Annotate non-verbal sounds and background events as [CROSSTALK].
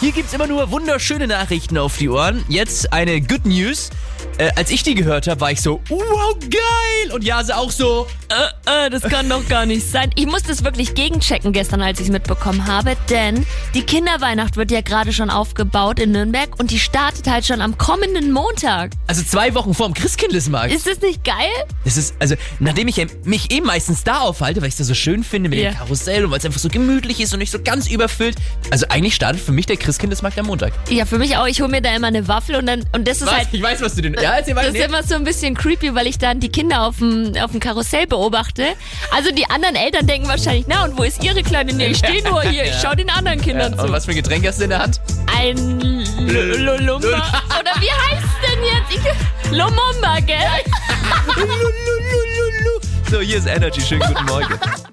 Hier gibt's immer nur wunderschöne Nachrichten auf die Ohren. Jetzt eine Good News. Äh, als ich die gehört habe, war ich so, wow, geil! Und Jase auch so, Äh, äh, das kann doch gar nicht sein. Ich musste es wirklich gegenchecken gestern, als ich es mitbekommen habe, denn die Kinderweihnacht wird ja gerade schon aufgebaut in Nürnberg und die startet halt schon am kommenden Montag. also zwei Wochen vorm Christkindlesmarkt. Ist das nicht geil? Das ist, also, nachdem ich mich eh meistens da aufhalte, weil ich es da so schön finde mit Ja. dem Karussell und weil es einfach so gemütlich ist und nicht so ganz überfüllt. Also, eigentlich startet für mich der Christkindlesmarkt am Montag. Ja, für mich auch. Ich hole mir da immer eine Waffel und dann und das ist halt ich weiß, was du denn. Ja, erzähl Das weiter. ist immer so ein bisschen creepy, weil ich dann die Kinder auf dem, auf dem Karussell beobachte. Also die anderen Eltern denken wahrscheinlich, na und wo ist ihre Kleine? Nee, ich stehe nur hier, ich schau den anderen ja, Kindern und zu. was für ein Getränk hast du in der [LAUGHS] Hand? Ein L- Lumumba. Oder wie heißt's denn jetzt? Ich, Lumumba, gell? So, hier ist Energy. Schönen guten Morgen.